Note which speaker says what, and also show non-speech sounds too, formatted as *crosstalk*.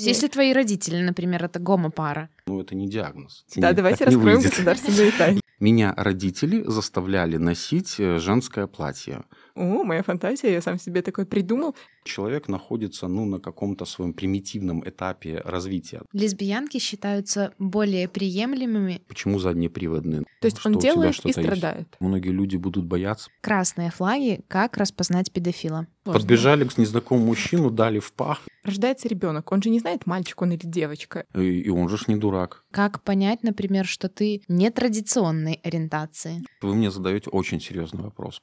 Speaker 1: Если твои родители, например, это гомопара.
Speaker 2: Ну, это не диагноз.
Speaker 3: Да,
Speaker 2: Нет,
Speaker 3: давайте
Speaker 2: так не
Speaker 3: раскроем
Speaker 2: выйдет. *laughs*
Speaker 3: государственную тайну.
Speaker 2: Меня родители заставляли носить э, женское платье.
Speaker 3: О, моя фантазия, я сам себе такое придумал.
Speaker 2: Человек находится, ну, на каком-то своем примитивном этапе развития.
Speaker 1: Лесбиянки считаются более приемлемыми.
Speaker 2: Почему задние приводные?
Speaker 3: То есть
Speaker 2: Что
Speaker 3: он
Speaker 2: у тебя
Speaker 3: делает и
Speaker 2: что-то есть?
Speaker 3: страдает.
Speaker 2: Многие люди будут бояться.
Speaker 1: Красные флаги «Как распознать педофила».
Speaker 3: Сложно.
Speaker 2: Подбежали к незнакомому мужчину, дали в пах,
Speaker 3: Рождается ребенок, он же не знает, мальчик он или девочка.
Speaker 2: и- и он же ж не дурак.
Speaker 1: Как понять, например, что ты нетрадиционной ориентации?
Speaker 2: Вы мне задаете очень серьезный вопрос.